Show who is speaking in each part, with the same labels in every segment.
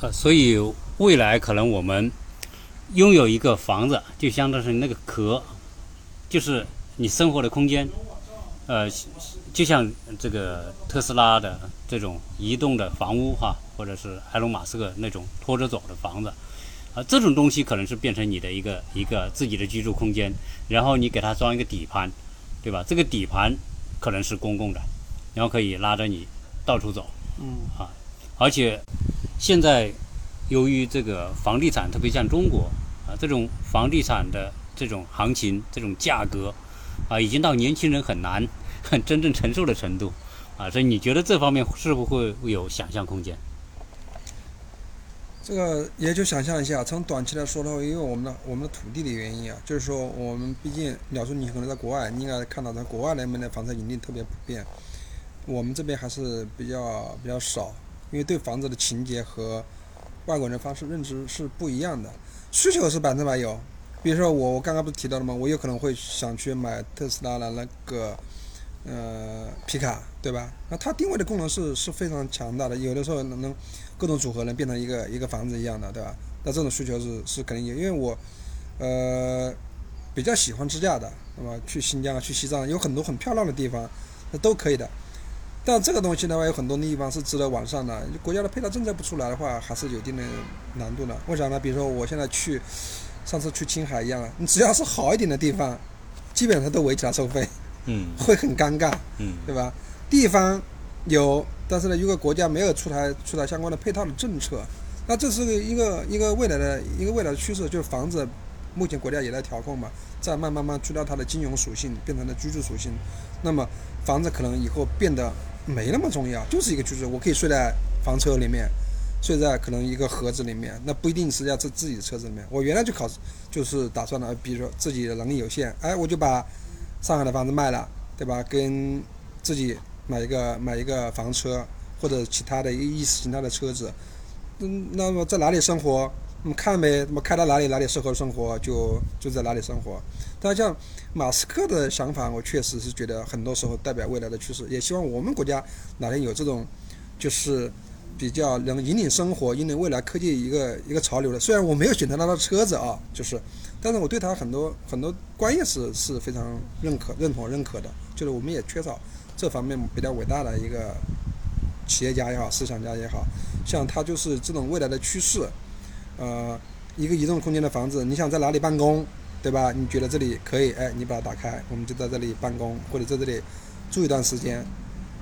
Speaker 1: 呃，所以未来可能我们拥有一个房子，就相当是那个壳，就是你生活的空间。呃，就像这个特斯拉的这种移动的房屋哈，或者是埃隆·马斯克那种拖着走的房子，啊，这种东西可能是变成你的一个一个自己的居住空间，然后你给它装一个底盘，对吧？这个底盘可能是公共的，然后可以拉着你到处走，啊
Speaker 2: 嗯
Speaker 1: 而且现在由于这个房地产，特别像中国啊，这种房地产的这种行情、这种价格啊，已经到年轻人很难 真正承受的程度啊，所以你觉得这方面是不是会有想象空间？
Speaker 2: 这个也就想象一下，从短期来说的话，因为我们的我们的土地的原因啊，就是说我们毕竟，鸟叔你可能在国外，你应该看到在国外那边的房产引进特别普遍，我们这边还是比较比较少，因为对房子的情节和外国人方式认知是不一样的，需求是百分之百有。比如说我我刚刚不是提到了吗？我有可能会想去买特斯拉的那个呃皮卡，对吧？那它定位的功能是是非常强大的，有的时候能能各种组合能变成一个一个房子一样的，对吧？那这种需求是是肯定有，因为我呃比较喜欢自驾的，那么去新疆、去西藏啊有很多很漂亮的地方，那都可以的。但这个东西的话，有很多地方是值得完善的。国家的配套政策不出来的话，还是有一定的难度的。为啥呢？比如说我现在去，上次去青海一样啊，你只要是好一点的地方，基本上都围起来收费，
Speaker 1: 嗯
Speaker 2: 会很尴尬。
Speaker 1: 嗯
Speaker 2: 对吧？地方有，但是呢，如果国家没有出台出台相关的配套的政策，那这是一个一个未来的一个未来的趋势，就是房子，目前国家也在调控嘛，在慢慢慢去掉它的金融属性，变成了居住属性，那么房子可能以后变得没那么重要，就是一个居住，我可以睡在房车里面。睡在可能一个盒子里面，那不一定是要自自己的车子里面。我原来就考，就是打算呢，比如说自己的能力有限，哎，我就把上海的房子卖了，对吧？跟自己买一个买一个房车或者其他的一个意识形态的车子，嗯，那么在哪里生活，嗯，看呗，那么开到哪里哪里适合生活就就在哪里生活。但像马斯克的想法，我确实是觉得很多时候代表未来的趋势，也希望我们国家哪天有这种就是。比较能引领生活、引领未来科技一个一个潮流的，虽然我没有选择他的车子啊，就是，但是我对他很多很多观念是是非常认可、认同、认可的。就是我们也缺少这方面比较伟大的一个企业家也好，思想家也好，像他就是这种未来的趋势。呃，一个移动空间的房子，你想在哪里办公，对吧？你觉得这里可以，哎，你把它打开，我们就在这里办公，或者在这里住一段时间。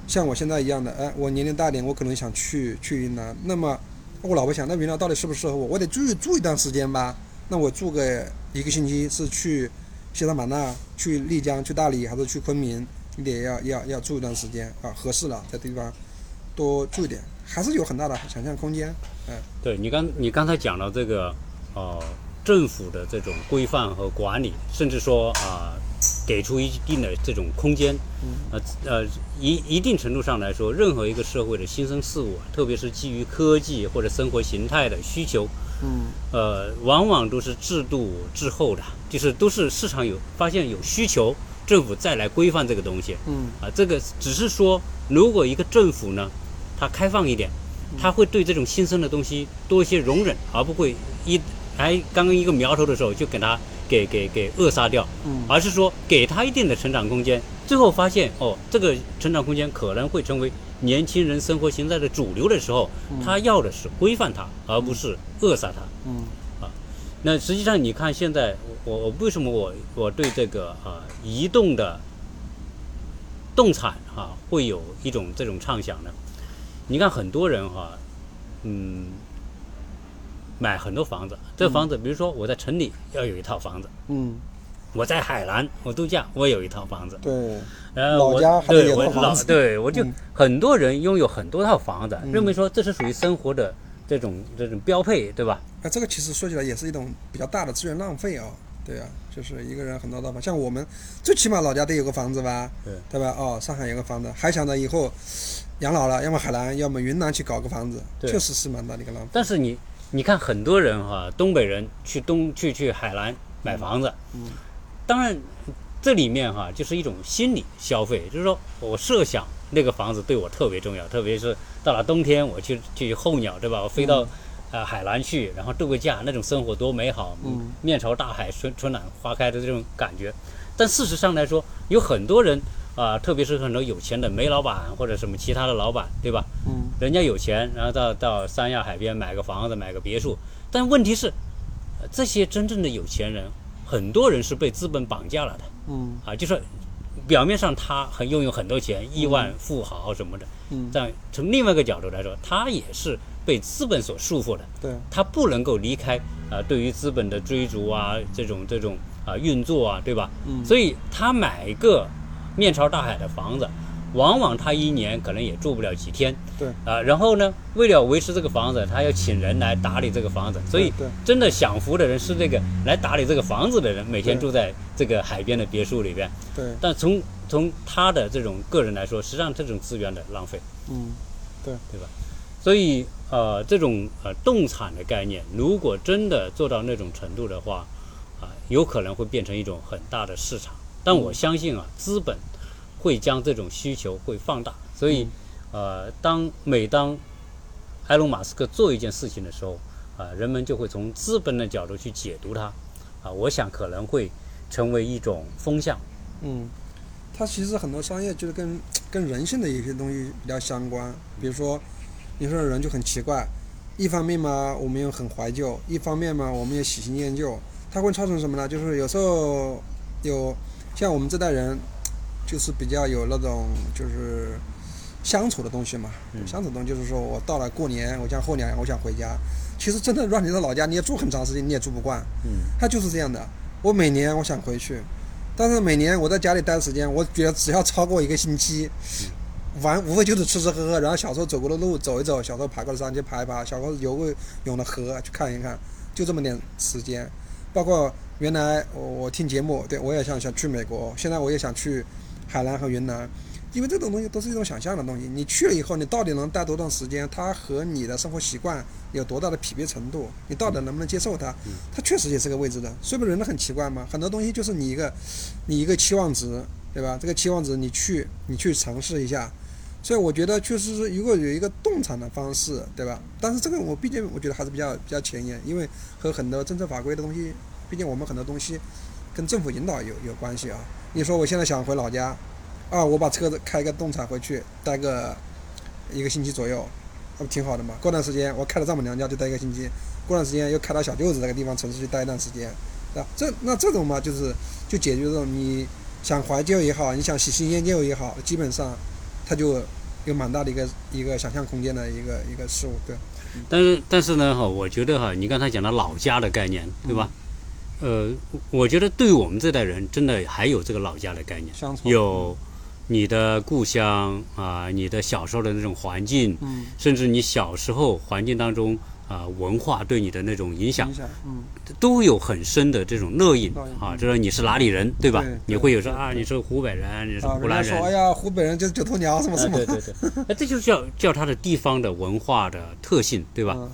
Speaker 2: 像我现在一样的，哎，我年龄大一点，我可能想去去云南，那么我老婆想，那云南到底适不适合我？我得住住一段时间吧。那我住个一个星期是去西双版纳、去丽江、去大理，还是去昆明？你得要要要住一段时间啊，合适了，在地方多住一点，还是有很大的想象空间。
Speaker 1: 对你刚你刚才讲到这个，呃，政府的这种规范和管理，甚至说啊、给出一定的这种空间，呃呃，一一定程度上来说，任何一个社会的新生事物啊，特别是基于科技或者生活形态的需求，
Speaker 2: 嗯
Speaker 1: 呃，往往都是制度滞后的，就是都是市场有发现有需求，政府再来规范这个东西。
Speaker 2: 嗯
Speaker 1: 啊，这个只是说，如果一个政府呢，它开放一点，它会对这种新生的东西多一些容忍，而不会一哎刚刚一个苗头的时候就给它给给给扼杀掉，
Speaker 2: 嗯
Speaker 1: 而是说给它一定的成长空间，最后发现哦，这个成长空间可能会成为年轻人生活形态的主流的时候，他要的是规范它，而不是扼杀它。
Speaker 2: 嗯
Speaker 1: 那实际上，你看现在我我为什么我我对这个呃移动的动产哈、会有一种这种畅想呢？你看很多人哈、嗯，买很多房子，这房子比如说我在城里要有一套房子，
Speaker 2: 嗯，
Speaker 1: 我在海南我度假我有一套房子，
Speaker 2: 对，
Speaker 1: 呃，
Speaker 2: 老
Speaker 1: 我
Speaker 2: 家还得
Speaker 1: 对
Speaker 2: 有
Speaker 1: 我
Speaker 2: 套房
Speaker 1: 老
Speaker 2: 子
Speaker 1: 对我就
Speaker 2: 嗯
Speaker 1: 很多人拥有很多套房子，认为说这是属于生活的这种这种标配，对吧？
Speaker 2: 那这个其实说起来也是一种比较大的资源浪费啊、对啊，就是一个人很多套房，像我们最起码老家得有个房子吧，
Speaker 1: 对
Speaker 2: 对吧？哦，上海有个房子，还想着以后养老了，要么海南，要么云南去搞个房子，
Speaker 1: 对
Speaker 2: 确实是蛮大的一个浪费。
Speaker 1: 但是你你看很多人哈、东北人去东去去海南买房子，
Speaker 2: 嗯
Speaker 1: 当然这里面哈、就是一种心理消费，就是说我设想
Speaker 2: 嗯
Speaker 1: 那个房子对我特别重要，特别是到了冬天我去去候鸟，对吧？我飞到、呃海南去，然后度个假，那种生活多美好，
Speaker 2: 嗯，
Speaker 1: 面朝大海，春春暖花开的这种感觉。但事实上来说，有很多人啊、特别是很多有钱的煤老板或者什么其他的老板，对吧？
Speaker 2: 嗯，
Speaker 1: 人家有钱，然后到到三亚海边买个房子，买个别墅。但问题是，呃这些真正的有钱人，很多人是被资本绑架了的
Speaker 2: 嗯
Speaker 1: 啊，就是表面上他很拥有很多钱，亿万富豪什么的，
Speaker 2: 嗯，
Speaker 1: 但从另外一个角度来说，他也是被资本所束缚的，
Speaker 2: 对，
Speaker 1: 他不能够离开啊、对于资本的追逐啊，这种这种啊、运作啊，对吧？
Speaker 2: 嗯，
Speaker 1: 所以他买一个面朝大海的房子，往往他一年可能也住不了几天。
Speaker 2: 对
Speaker 1: 啊、然后呢，为了维持这个房子，他要请人来打理这个房子，所以
Speaker 2: 对对
Speaker 1: 真的享福的人是这个来打理这个房子的人，每天
Speaker 2: 对
Speaker 1: 住在这个海边的别墅里边。
Speaker 2: 对，
Speaker 1: 但从从他的这种个人来说，实际上这种资源的浪费，
Speaker 2: 嗯，
Speaker 1: 所以呃，这种呃动产的概念，如果真的做到那种程度的话，啊、有可能会变成一种很大的市场。但我相信啊，资本会将这种需求会放大，所以、呃，当每当埃隆·马斯克做一件事情的时候，啊、人们就会从资本的角度去解读它，啊、我想可能会成为一种风向。
Speaker 2: 嗯，它其实很多商业就是跟跟人性的一些东西比较相关，比如说，你说人就很奇怪，一方面嘛我们又很怀旧，一方面嘛我们也喜新厌旧，它会造成什么呢？就是有时候有像我们这代人，就是比较有那种就是相处的东西嘛，
Speaker 1: 嗯
Speaker 2: 相处的东西就是说我到了过年，我想后年我想回家，其实真的让你到老家你也住很长时间，你也住不惯。
Speaker 1: 嗯
Speaker 2: 他就是这样的。我每年我想回去，但是每年我在家里待的时间，我觉得只要超过一个星期，玩无非就是吃吃喝喝，然后小时候走过的路走一走，小时候爬过的山去爬一爬，小时候游过泳的河去看一看，就这么点时间。包括原来我我听节目，对我也想想去美国，现在我也想去海南和云南。因为这种东西都是一种想象的东西，你去了以后，你到底能待多长时间？它和你的生活习惯有多大的匹配程度？你到底能不能接受它？它确实也是个未知的，所以不是人都很奇怪嘛。很多东西就是你一个，你一个期望值，对吧？这个期望值你去你去尝试一下，所以我觉得就是说如果有一个动产的方式，对吧？但是这个我毕竟我觉得还是比较比较前沿，因为和很多政策法规的东西，毕竟我们很多东西跟政府引导有有关系啊。你说我现在想回老家，啊，我把车子开个动产回去待个一个星期左右，那不挺好的嘛？过段时间我开到丈母娘家就待一个星期，过段时间又开到小舅子那个地方城市去待一段时间，对吧？这那这种嘛，就是就解决这种你想怀旧也好，你想喜新厌旧也好，基本上它就有蛮大的一个一个想象空间的一个一个事物，对，
Speaker 1: 但是但是呢，哈，我觉得哈，你刚才讲的老家的概念，
Speaker 2: 嗯
Speaker 1: 对吧？呃，我我觉得对于我们这代人，真的还有这个老家的概念，
Speaker 2: 相处，
Speaker 1: 有你的故乡啊、你的小时候的那种环境，
Speaker 2: 嗯，
Speaker 1: 甚至你小时候环境当中啊、文化对你的那种影响
Speaker 2: 影，响，嗯，
Speaker 1: 都有很深的这种烙印
Speaker 2: 烙印
Speaker 1: 啊，
Speaker 2: 嗯
Speaker 1: 知道你是哪里人，对吧
Speaker 2: 对对？
Speaker 1: 你会有说
Speaker 2: 对
Speaker 1: 啊，
Speaker 2: 对
Speaker 1: 你是湖北人，你是
Speaker 2: 啊，
Speaker 1: 湖
Speaker 2: 人
Speaker 1: 南
Speaker 2: 家
Speaker 1: 人
Speaker 2: 说，哎，呀，湖北人 就是九头鸟什么什
Speaker 1: 啊
Speaker 2: 么，
Speaker 1: 对对对， 那这就叫叫它的地方的文化的特性，对吧？
Speaker 2: 嗯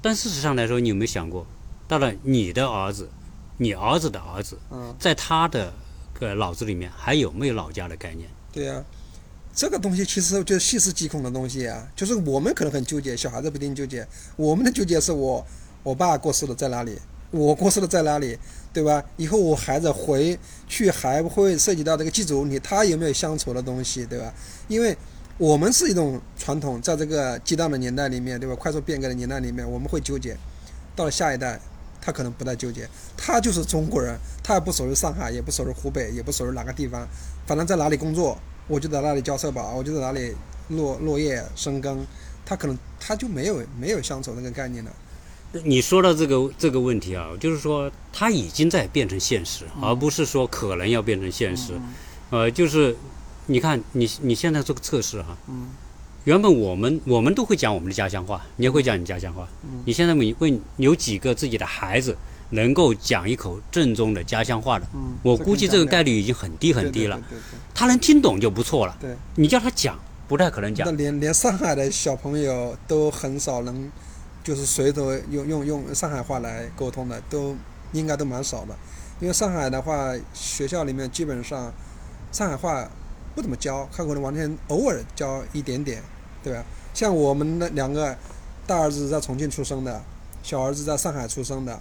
Speaker 1: 但事实上来说，你有没有想过，到了你的儿子，你儿子的儿子，
Speaker 2: 嗯，
Speaker 1: 在他的个脑子里面还有没有老家的概念？
Speaker 2: 对呀、这个东西其实就是细思极恐的东西啊，就是我们可能很纠结，小孩子不一定纠结。我们的纠结是我我爸过世了在哪里，我过世了在哪里，对吧？以后我孩子回去还会涉及到这个祭祖问题，他有没有乡愁的东西，对吧？因为我们是一种传统，在这个激荡的年代里面，对吧？快速变革的年代里面，我们会纠结。到了下一代，他可能不再纠结，他就是中国人，他也不属于上海，也不属于湖北，也不属于哪个地方，反正在哪里工作，我就在哪里交社保，我就在哪里落落叶生根，他可能他就没有没有乡愁那个概念了。
Speaker 1: 你说到这个这个问题啊，就是说它已经在变成现实，
Speaker 2: 嗯
Speaker 1: 而不是说可能要变成现实。呃，就是你看你你现在做个测试哈、
Speaker 2: 嗯
Speaker 1: 原本我们我们都会讲我们的家乡话，你也会讲你家乡话。
Speaker 2: 嗯
Speaker 1: 你现在问问有几个自己的孩子能够讲一口正宗的家乡话的？
Speaker 2: 嗯
Speaker 1: 我估计这个概率已经很低很低了。
Speaker 2: 对对
Speaker 1: 他能听懂就不错了。
Speaker 2: 对对
Speaker 1: 你叫他讲，不太可能
Speaker 2: 那
Speaker 1: 讲。
Speaker 2: 连连上海的小朋友都很少能，就是随着用用用上海话来沟通的，都应该都蛮少的。因为上海的话，学校里面基本上上海话不怎么教，还可能完全偶尔教一点点，对吧？像我们的两个大儿子在重庆出生的，小儿子在上海出生的，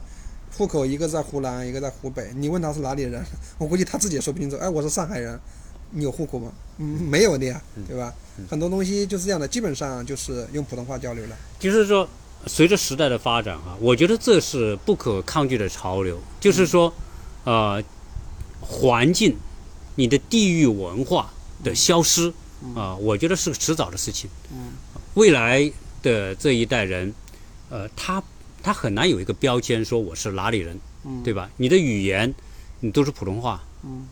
Speaker 2: 户口一个在湖南，一个在湖北。你问他是哪里人，我估计他自己也说不清楚。哎，我是上海人，你有户口吗？嗯，没有的呀，对吧？很多东西就是这样的，基本上就是用普通话交流了。
Speaker 1: 就是说，随着时代的发展啊，我觉得这是不可抗拒的潮流。就是说，呃，环境、你的地域文化的消失
Speaker 2: 嗯
Speaker 1: 啊、我觉得是迟早的事情。
Speaker 2: 嗯
Speaker 1: 未来的这一代人，呃，他他很难有一个标签说我是哪里人，
Speaker 2: 嗯
Speaker 1: 对吧？你的语言你都是普通话，
Speaker 2: 嗯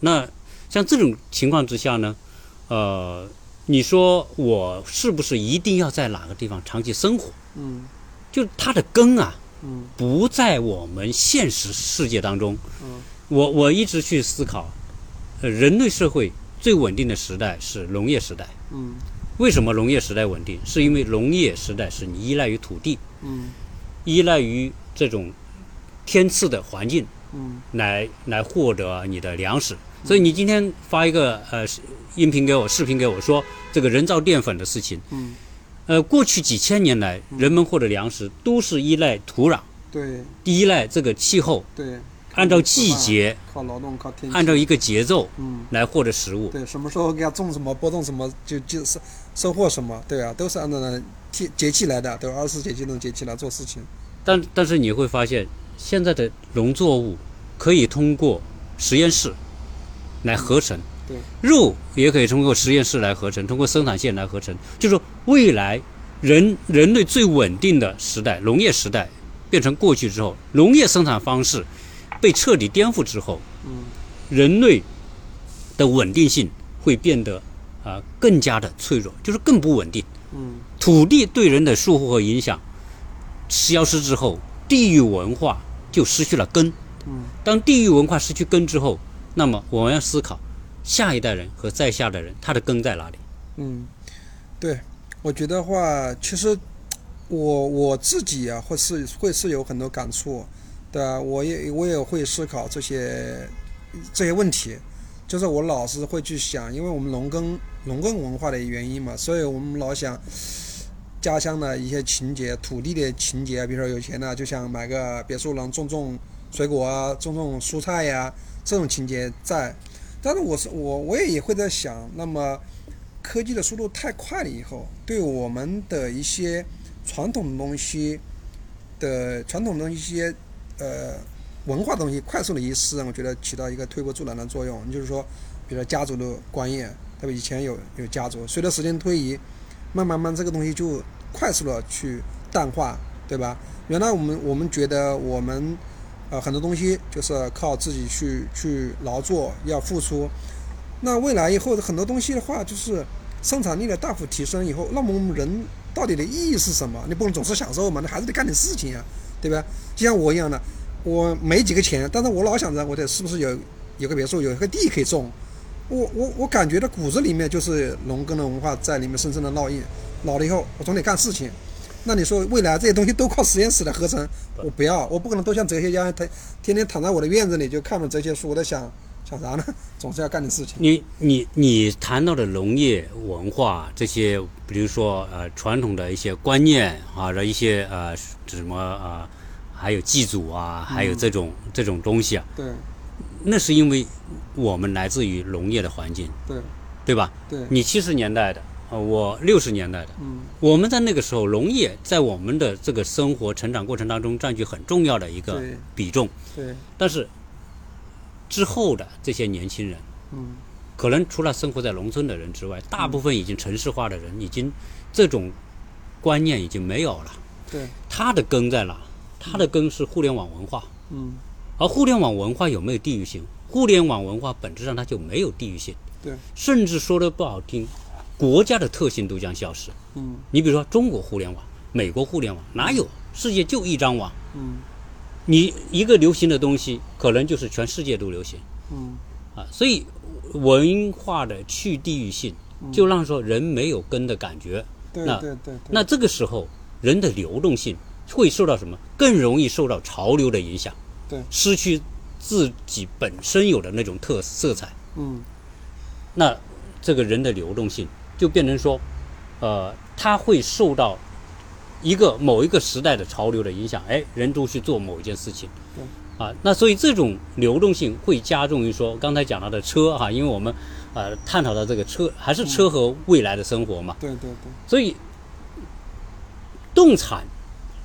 Speaker 1: 那像这种情况之下呢，呃，你说我是不是一定要在哪个地方长期生活？
Speaker 2: 嗯
Speaker 1: 就是它的根啊，
Speaker 2: 嗯
Speaker 1: 不在我们现实世界当中。
Speaker 2: 嗯
Speaker 1: 我我一直去思考，呃，人类社会最稳定的时代是农业时代。
Speaker 2: 嗯
Speaker 1: 为什么农业时代稳定？是因为农业时代是你依赖于土地，
Speaker 2: 嗯
Speaker 1: 依赖于这种天赐的环境
Speaker 2: 嗯
Speaker 1: 来来获得你的粮食。所以你今天发一个呃视音频给我，视频给我说这个人造淀粉的事情，
Speaker 2: 嗯，
Speaker 1: 呃，过去几千年来，人们获得粮食都是依赖土壤，
Speaker 2: 对
Speaker 1: 依赖这个气候，
Speaker 2: 对，
Speaker 1: 按照季节，
Speaker 2: 靠劳动，靠天气，
Speaker 1: 按照一个节奏
Speaker 2: 嗯。
Speaker 1: 来获得食物。
Speaker 2: 对，什么时候给它种什么，播种什么，就就是收获什么，对啊，都是按照那节节气来的，对吧，二十四节气那种节气来做事情。
Speaker 1: 但但是你会发现，现在的农作物可以通过实验室来合成，
Speaker 2: 对
Speaker 1: 肉也可以通过实验室来合成，通过生产线来合成。就是说，未来人人类最稳定的时代，农业时代变成过去之后，农业生产方式被彻底颠覆之后，
Speaker 2: 嗯
Speaker 1: 人类的稳定性会变得啊、呃更加的脆弱，就是更不稳定。
Speaker 2: 嗯
Speaker 1: 土地对人的束缚和影响消失之后，地域文化就失去了根。
Speaker 2: 嗯
Speaker 1: 当地域文化失去根之后，那么我们要思考下一代人和在下的人，他的根在哪里？
Speaker 2: 嗯，对，我觉得话，其实我我自己啊，会是会是有很多感触，对啊，我也我也会思考这些这些问题，就是我老是会去想，因为我们农耕农耕文化的原因嘛，所以我们老想家乡的一些情节、土地的情节，啊比如说有钱呢就想买个别墅，能种种水果啊，种种蔬菜呀、这种情节在。但是我是我我也也会在想，那么科技的速度太快了以后，对我们的一些传统的东西的传统的一些呃文化的东西快速的遗失，我觉得起到一个推波助澜的作用。就是说，比如说家族的观念，特别以前有有家族，随着时间推移，慢慢慢这个东西就快速的去淡化，对吧？原来我们我们觉得我们呃很多东西就是靠自己去去劳作，要付出。那未来以后很多东西的话，就是生产力的大幅提升以后，那么我们人到底的意义是什么？你不能总是享受嘛，你还是得干点事情呀、啊对吧？就像我一样的，我没几个钱，但是我老想着我得是不是有有个别墅，有一个地可以种。我我我感觉到骨子里面就是农耕的文化在里面深深的烙印，老了以后我总得干事情。那你说未来这些东西都靠实验室来合成，我不要，我不可能都像哲学家，他天天躺在我的院子里就看本哲学书，我在想 想啥呢？总是要干点事情。
Speaker 1: 你你你谈到的农业文化这些，比如说呃传统的一些观念啊，然后一些呃什么啊、还有祭祖啊，还有这种、这种东西啊，
Speaker 2: 对
Speaker 1: 那是因为我们来自于农业的环境，
Speaker 2: 对
Speaker 1: 对吧？
Speaker 2: 对，
Speaker 1: 你七十年代的，呃，我六十年代的，
Speaker 2: 嗯
Speaker 1: 我们在那个时候，农业在我们的这个生活成长过程当中占据很重要的一个
Speaker 2: 对
Speaker 1: 比重。
Speaker 2: 对，
Speaker 1: 但是之后的这些年轻人，
Speaker 2: 嗯
Speaker 1: 可能除了生活在农村的人之外，大部分已经城市化的人，已经这种观念已经没有了。
Speaker 2: 对，
Speaker 1: 它的根在哪？它的根是互联网文化，
Speaker 2: 嗯
Speaker 1: 而互联网文化有没有地域性？互联网文化本质上它就没有地域性，
Speaker 2: 对，
Speaker 1: 甚至说的不好听，国家的特性都将消失。
Speaker 2: 嗯
Speaker 1: 你比如说中国互联网、美国互联网，哪有世界就一张网？
Speaker 2: 嗯
Speaker 1: 你一个流行的东西，可能就是全世界都流行
Speaker 2: 嗯
Speaker 1: 啊。所以文化的去地域性，就让说人没有根的感觉。
Speaker 2: 对
Speaker 1: 那
Speaker 2: 对对对，
Speaker 1: 那这个时候，人的流动性会受到什么？更容易受到潮流的影响，
Speaker 2: 对
Speaker 1: 失去自己本身有的那种特色彩。
Speaker 2: 嗯
Speaker 1: 那这个人的流动性就变成说，呃，他会受到一个某一个时代的潮流的影响，哎，人都去做某一件事情
Speaker 2: 对。
Speaker 1: 啊，那所以这种流动性会加重于说刚才讲到的车哈、因为我们呃探讨到这个车还是车和未来的生活嘛，
Speaker 2: 对对对，
Speaker 1: 所以动产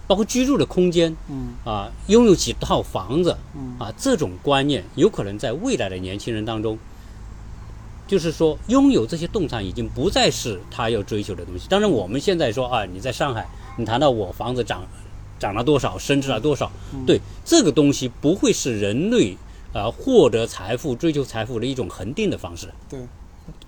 Speaker 1: 包括居住的空间
Speaker 2: 嗯
Speaker 1: 啊，拥有几套房子
Speaker 2: 嗯
Speaker 1: 啊，这种观念有可能在未来的年轻人当中，就是说拥有这些动产已经不再是他要追求的东西。当然，我们现在说啊，你在上海，你谈到我房子涨涨了多少，升值了多少，
Speaker 2: 嗯
Speaker 1: 对这个东西不会是人类啊获得财富、追求财富的一种恒定的方式。
Speaker 2: 对，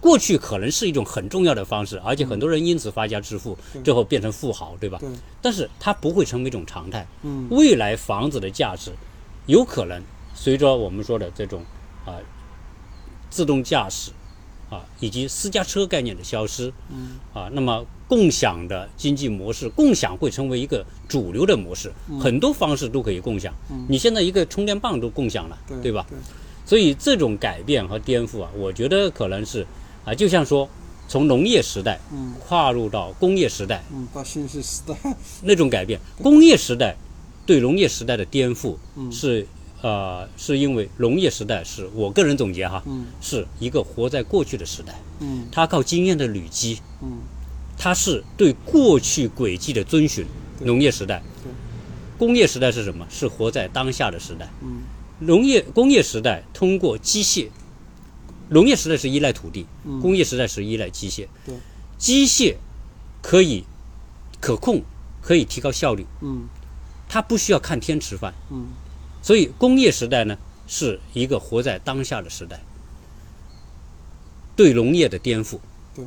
Speaker 1: 过去可能是一种很重要的方式，而且很多人因此发家致富，
Speaker 2: 嗯对
Speaker 1: 最后变成富豪，对吧？
Speaker 2: 对，
Speaker 1: 但是它不会成为一种常态。
Speaker 2: 嗯
Speaker 1: 未来房子的价值，有可能随着我们说的这种啊、自动驾驶啊、以及私家车概念的消失
Speaker 2: 嗯
Speaker 1: 啊、那么共享的经济模式，共享会成为一个主流的模式，很多方式都可以共享。
Speaker 2: 嗯
Speaker 1: 你现在一个充电棒都共享了，
Speaker 2: 对
Speaker 1: 吧？
Speaker 2: 对，
Speaker 1: 所以这种改变和颠覆啊，我觉得可能是啊，就像说从农业时代
Speaker 2: 嗯
Speaker 1: 跨入到工业时代
Speaker 2: 嗯，到信息时代，
Speaker 1: 那种改变，工业时代对农业时代的颠覆
Speaker 2: 嗯
Speaker 1: 是呃，是因为农业时代是我个人总结哈，
Speaker 2: 嗯
Speaker 1: 是一个活在过去的时代，
Speaker 2: 嗯
Speaker 1: 它靠经验的累积，
Speaker 2: 嗯
Speaker 1: 它是对过去轨迹的遵循。
Speaker 2: 对
Speaker 1: 农业时代
Speaker 2: 对，
Speaker 1: 工业时代是什么？是活在当下的时代。
Speaker 2: 嗯
Speaker 1: 农业工业时代通过机械，农业时代是依赖土地，
Speaker 2: 嗯
Speaker 1: 工业时代是依赖机械。
Speaker 2: 对
Speaker 1: 机械可以可控，可以提高效率，
Speaker 2: 嗯
Speaker 1: 它不需要看天吃饭。
Speaker 2: 嗯
Speaker 1: 所以工业时代呢，是一个活在当下的时代，对农业的颠覆。
Speaker 2: 对，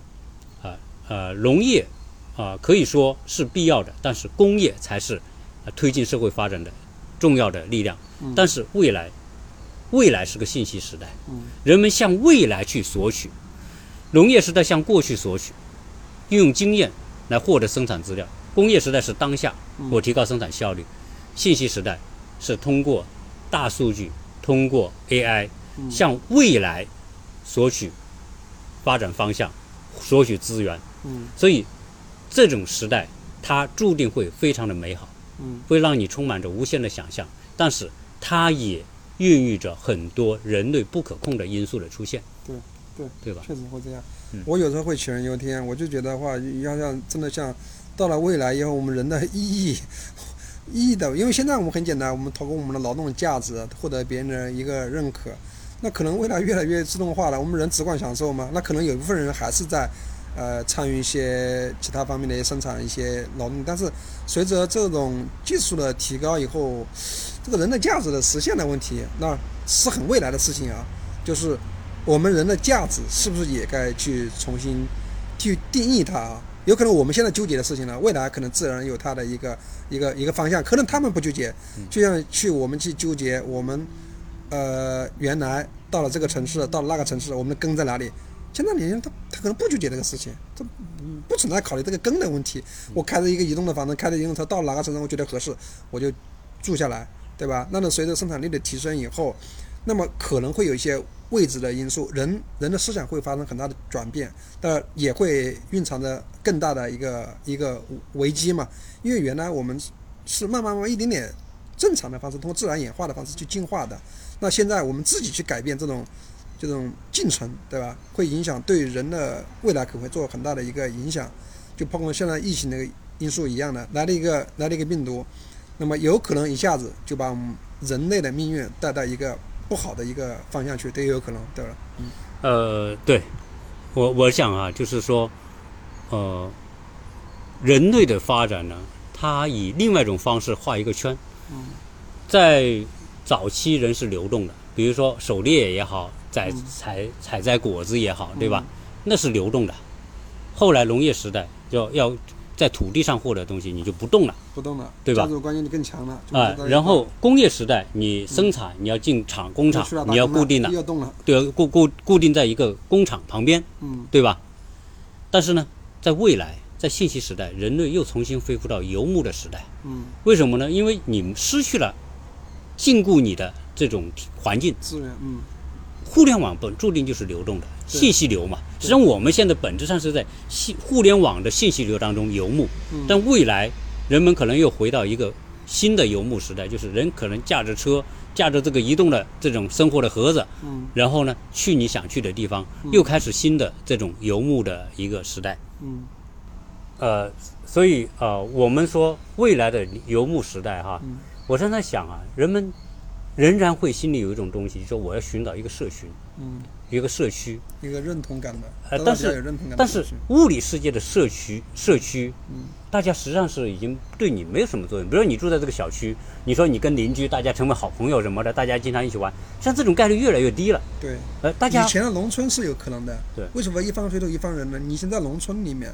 Speaker 1: 啊呃，农业啊、可以说是必要的，但是工业才是、呃推进社会发展的重要的力量。
Speaker 2: 嗯
Speaker 1: 但是未来，未来是个信息时代，
Speaker 2: 嗯
Speaker 1: 人们向未来去索取，农业时代向过去索取，运用经验来获得生产资料。工业时代是当下，
Speaker 2: 嗯
Speaker 1: 我提高生产效率；信息时代是通过大数据、通过 AI
Speaker 2: 嗯
Speaker 1: 向未来索取发展方向、索取资源。
Speaker 2: 嗯
Speaker 1: 所以，这种时代它注定会非常的美好。
Speaker 2: 嗯
Speaker 1: 会让你充满着无限的想象，但是它也孕育着很多人类不可控的因素的出现。
Speaker 2: 对对
Speaker 1: 对吧？
Speaker 2: 确实会这样
Speaker 1: 嗯。
Speaker 2: 我有时候会杞人忧天，我就觉得话要让真的像到了未来以后，我们人的意义。意义的，因为现在我们很简单，我们通过我们的劳动价值获得别人的一个认可。那可能未来越来越自动化了，我们人只管享受吗？那可能有一部分人还是在，呃，参与一些其他方面的一些生产一些劳动。但是随着这种技术的提高以后，这个人的价值的实现的问题，那是很未来的事情啊。就是我们人的价值是不是也该去重新去定义它啊？有可能我们现在纠结的事情呢，未来可能自然有它的一个一个一个方向，可能他们不纠结，就像去我们去纠结我们呃原来到了这个城市，到了那个城市，我们的根在哪里？现在年轻人他他可能不纠结这个事情，他不存在考虑这个根的问题。我开着一个移动的房子，开着移动车到哪个城市我觉得合适，我就住下来，对吧？那么随着生产力的提升以后，那么可能会有一些位置的因素，人人的思想会发生很大的转变，但也会蕴藏着更大的一个一个危机嘛。因为原来我们是慢慢慢慢一点点正常的方式，通过自然演化的方式去进化的，那现在我们自己去改变这种这种进程，对吧？会影响对人的未来可能会做很大的一个影响，就包括现在疫情那个因素一样的，来了一个来了一个病毒，那么有可能一下子就把我们人类的命运带到一个不好的一个方向去，都有可能，对吧？
Speaker 1: 呃，对，我我想啊，就是说，呃，人类的发展呢，它以另外一种方式画一个圈。
Speaker 2: 嗯
Speaker 1: 在早期人是流动的，比如说狩猎也好，采
Speaker 2: 嗯
Speaker 1: 采采摘果子也好，对吧？那是流动的。后来农业时代就要在土地上获得东西，你就不动了。
Speaker 2: 不动了，
Speaker 1: 对吧
Speaker 2: 家族关系就更强了。就
Speaker 1: 啊
Speaker 2: 知道，
Speaker 1: 然后工业时代，你生产你要进厂工
Speaker 2: 啊工
Speaker 1: 厂，你要固定的，
Speaker 2: 要动了，
Speaker 1: 对，固固固定在一个工厂旁边，
Speaker 2: 嗯
Speaker 1: 对吧？但是呢，在未来，在信息时代，人类又重新恢复到游牧的时代。
Speaker 2: 嗯，
Speaker 1: 为什么呢？因为你失去了禁锢你的这种环境。
Speaker 2: 资源，嗯
Speaker 1: 互联网本注定就是流动的
Speaker 2: 对
Speaker 1: 信息流嘛。实际上，我们现在本质上是在信互联网的信息流当中游牧，
Speaker 2: 嗯
Speaker 1: 但未来人们可能又回到一个新的游牧时代，就是人可能驾着车，驾着这个移动的这种生活的盒子，
Speaker 2: 嗯
Speaker 1: 然后呢去你想去的地方，又开始新的这种游牧的一个时代。
Speaker 2: 嗯
Speaker 1: 呃，所以呃，我们说未来的游牧时代哈，
Speaker 2: 嗯
Speaker 1: 我正在想啊，人们仍然会心里有一种东西，就说我要寻找一个社群，
Speaker 2: 嗯，
Speaker 1: 一个社区，
Speaker 2: 一个认同感的，
Speaker 1: 呃
Speaker 2: 大家
Speaker 1: 但
Speaker 2: 比较
Speaker 1: 是
Speaker 2: 有认同感的
Speaker 1: 但是
Speaker 2: 东西
Speaker 1: 物理世界的社区社区，
Speaker 2: 嗯
Speaker 1: 大家实际上是已经对你没有什么作用。比如说你住在这个小区，你说你跟邻居大家成为好朋友什么的，大家经常一起玩，像这种概率越来越低了。
Speaker 2: 对。
Speaker 1: 呃，大家
Speaker 2: 以前的农村是有可能的，
Speaker 1: 对
Speaker 2: 为什么一方水土一方人呢？你现在农村里面，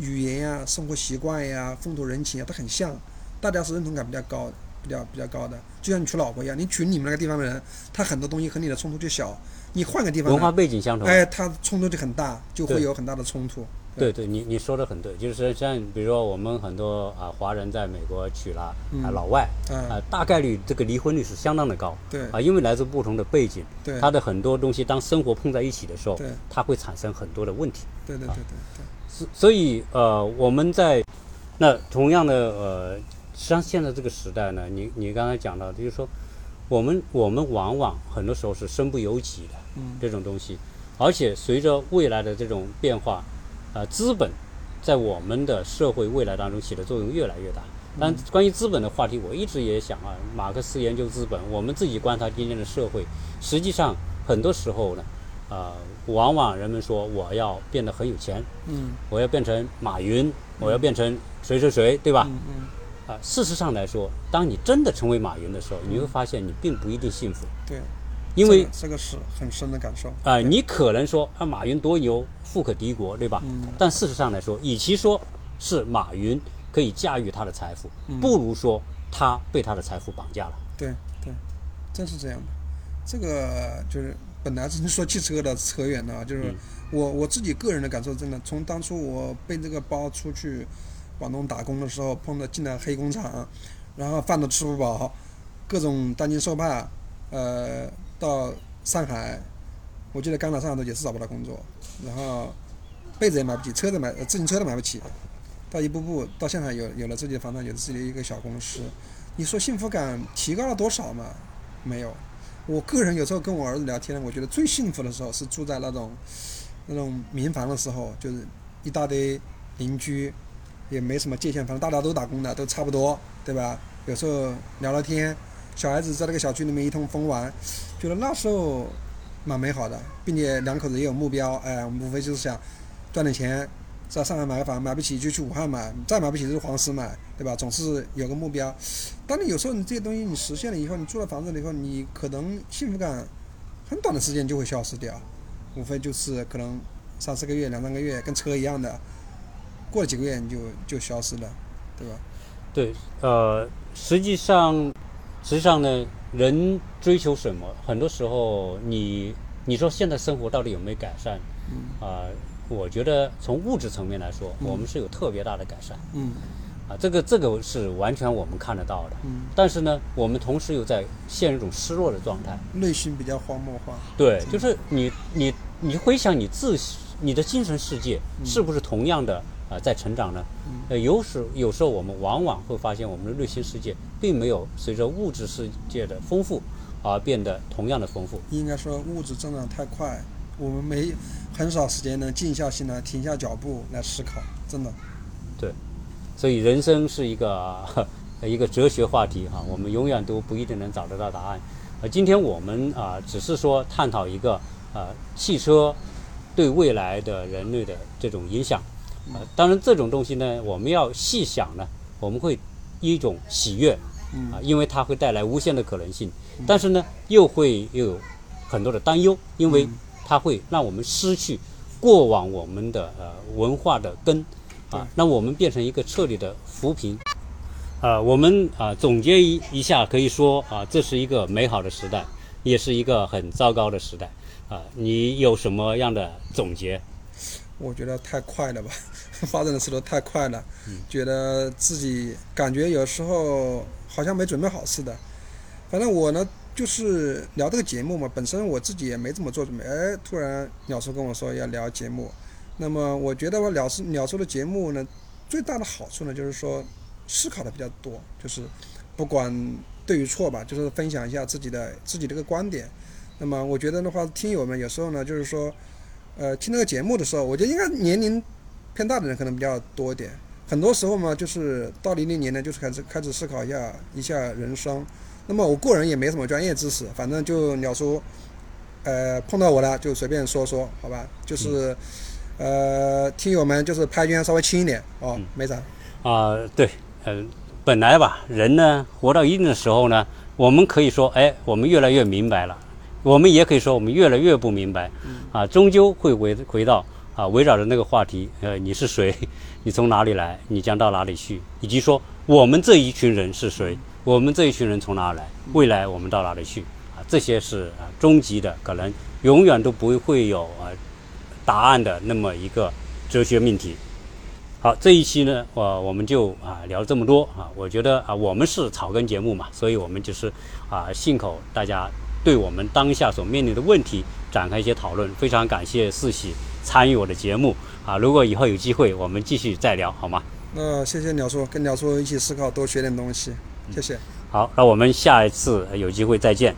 Speaker 2: 语言呀、生活习惯呀、风土人情啊，都很像，大家是认同感比较高的，比较比较高的。就像你娶老婆一样，你娶你们那个地方的人，他很多东西和你的冲突就小，你换个地方
Speaker 1: 文
Speaker 2: 呢，
Speaker 1: 化背景相同，
Speaker 2: 哎，他冲突就很大，就会
Speaker 1: 对
Speaker 2: 有很大的冲突。
Speaker 1: 对对，你你说的很对，就是像比如说我们很多啊、华人在美国娶了啊、老外啊、
Speaker 2: 嗯，
Speaker 1: 大概率这个离婚率是相当的高
Speaker 2: 对
Speaker 1: 啊、因为来自不同的背景，
Speaker 2: 对
Speaker 1: 他的很多东西当生活碰在一起的时候
Speaker 2: 对，
Speaker 1: 它会产生很多的问题。
Speaker 2: 对对对对对，
Speaker 1: 所所以呃，我们在那同样的呃，实际上现在这个时代呢，你你刚才讲到，就是说我们我们往往很多时候是身不由己的
Speaker 2: 嗯
Speaker 1: 这种东西，而且随着未来的这种变化，呃，资本在我们的社会未来当中起的作用越来越大。但关于资本的话题，我一直也想啊，马克思研究资本，我们自己观察今天的社会，实际上很多时候呢，呃，往往人们说我要变得很有钱，
Speaker 2: 嗯
Speaker 1: 我要变成马云，我要变成谁谁谁，对吧？
Speaker 2: 嗯嗯，
Speaker 1: 啊、事实上来说，当你真的成为马云的时候，你会发现你并不一定幸福，
Speaker 2: 对，
Speaker 1: 因为
Speaker 2: 这个这个是很深的感受。
Speaker 1: 啊、你可能说啊，马云多牛，富可敌国，对吧？
Speaker 2: 嗯
Speaker 1: 但事实上来说，与其说是马云可以驾驭他的财富，不如说他被他的财富绑架了。
Speaker 2: 对对，真是这样的。这个就是本来是说汽车的扯远了啊，就是我我自己个人的感受，真的从当初我背这个包出去广东打工的时候，碰到进了黑工厂，然后饭都吃不饱，各种担惊受怕，呃，到上海，我记得刚来上海的时候也是找不到工作，然后被子也买不起，车子买呃自行车都买不起，到一步步到现在有有了自己的房产，有了自己的一个小公司，你说幸福感提高了多少嘛？没有。我个人有时候跟我儿子聊天，我觉得最幸福的时候是住在那种那种民房的时候，就是一大堆邻居，也没什么界限，反正大家都打工的，都差不多，对吧？有时候聊聊天，小孩子在这个小区里面一通疯玩，觉得那时候蛮美好的，并且两口子也有目标，哎，我们无非就是想赚点钱，在上海买个房，买不起就去武汉买，再买不起就去黄石买，对吧？总是有个目标。当你有时候你这些东西你实现了以后，你住了房子了以后，你可能幸福感很短的时间就会消失掉，无非就是可能三四个月、两三个月，跟车一样的，过了几个月你就就消失了，对吧？
Speaker 1: 对，呃，实际上，实际上呢，人追求什么，很多时候你你说现在生活到底有没有改善？
Speaker 2: 嗯
Speaker 1: 啊、我觉得从物质层面来说，我们是有特别大的改善
Speaker 2: 嗯
Speaker 1: 啊，这个这个是完全我们看得到的。
Speaker 2: 嗯，
Speaker 1: 但是呢，我们同时又在陷入一种失落的状态。
Speaker 2: 内心比较荒漠化。
Speaker 1: 对，就是你你你回想你自你的精神世界是不是同样的啊、呃在成长呢？呃，有时有时候我们往往会发现，我们的内心世界并没有随着物质世界的丰富而、变得同样的丰富。
Speaker 2: 应该说物质增长太快，我们没很少时间能静下心来，停下脚步来思考，真的。
Speaker 1: 所以人生是一个 一个哲学话题哈、我们永远都不一定能找得到答案。呃，今天我们啊、只是说探讨一个呃汽车对未来的人类的这种影响。呃，当然这种东西呢，我们要细想呢，我们会一种喜悦
Speaker 2: 嗯
Speaker 1: 啊、因为它会带来无限的可能性，但是呢，又会又有很多的担忧，因为它会让我们失去过往我们的呃文化的根。啊，那我们变成一个彻底的扶贫。呃，我们啊、总结一一下，可以说啊、这是一个美好的时代，也是一个很糟糕的时代。啊、你有什么样的总结？
Speaker 2: 我觉得太快了吧， 发展的速度太快了，觉得自己感觉有时候好像没准备好似的。反正我呢，就是聊这个节目嘛，本身我自己也没怎么做准备，哎，突然鸟叔跟我说要聊节目，那么我觉得吧，鸟叔鸟叔的节目呢，最大的好处呢，就是说思考的比较多，就是不管对与错吧，就是分享一下自己的自己的一个观点。那么我觉得的话，听友们有时候呢，就是说，呃，听这个节目的时候，我觉得应该年龄偏大的人可能比较多一点。很多时候嘛，就是到零零年呢，就是开始开始思考一下一下人生。那么我个人也没什么专业知识，反正就鸟叔，呃，碰到我了就随便说说，好吧？就是，呃，听友们就是拍圈稍微轻一点哦，没啥。
Speaker 1: 啊、对，呃，本来吧，人呢活到一定的时候呢，我们可以说，哎，我们越来越明白了；我们也可以说，我们越来越不明白。啊，终究会回回到啊，围绕着那个话题，呃，你是谁？你从哪里来？你将到哪里去？以及说，我们这一群人是谁？我们这一群人从哪来？未来我们到哪里去？啊，这些是啊，终极的，可能永远都不会有啊答案的那么一个哲学命题。好，这一期呢，我、我们就啊聊这么多啊。我觉得啊，我们是草根节目嘛，所以我们就是啊信口大家对我们当下所面临的问题展开一些讨论。非常感谢四喜参与我的节目啊。如果以后有机会，我们继续再聊好吗？
Speaker 2: 那、谢谢鸟叔，跟鸟叔一起思考，多学点东西，谢谢。
Speaker 1: 呃好，那我们下一次有机会再见，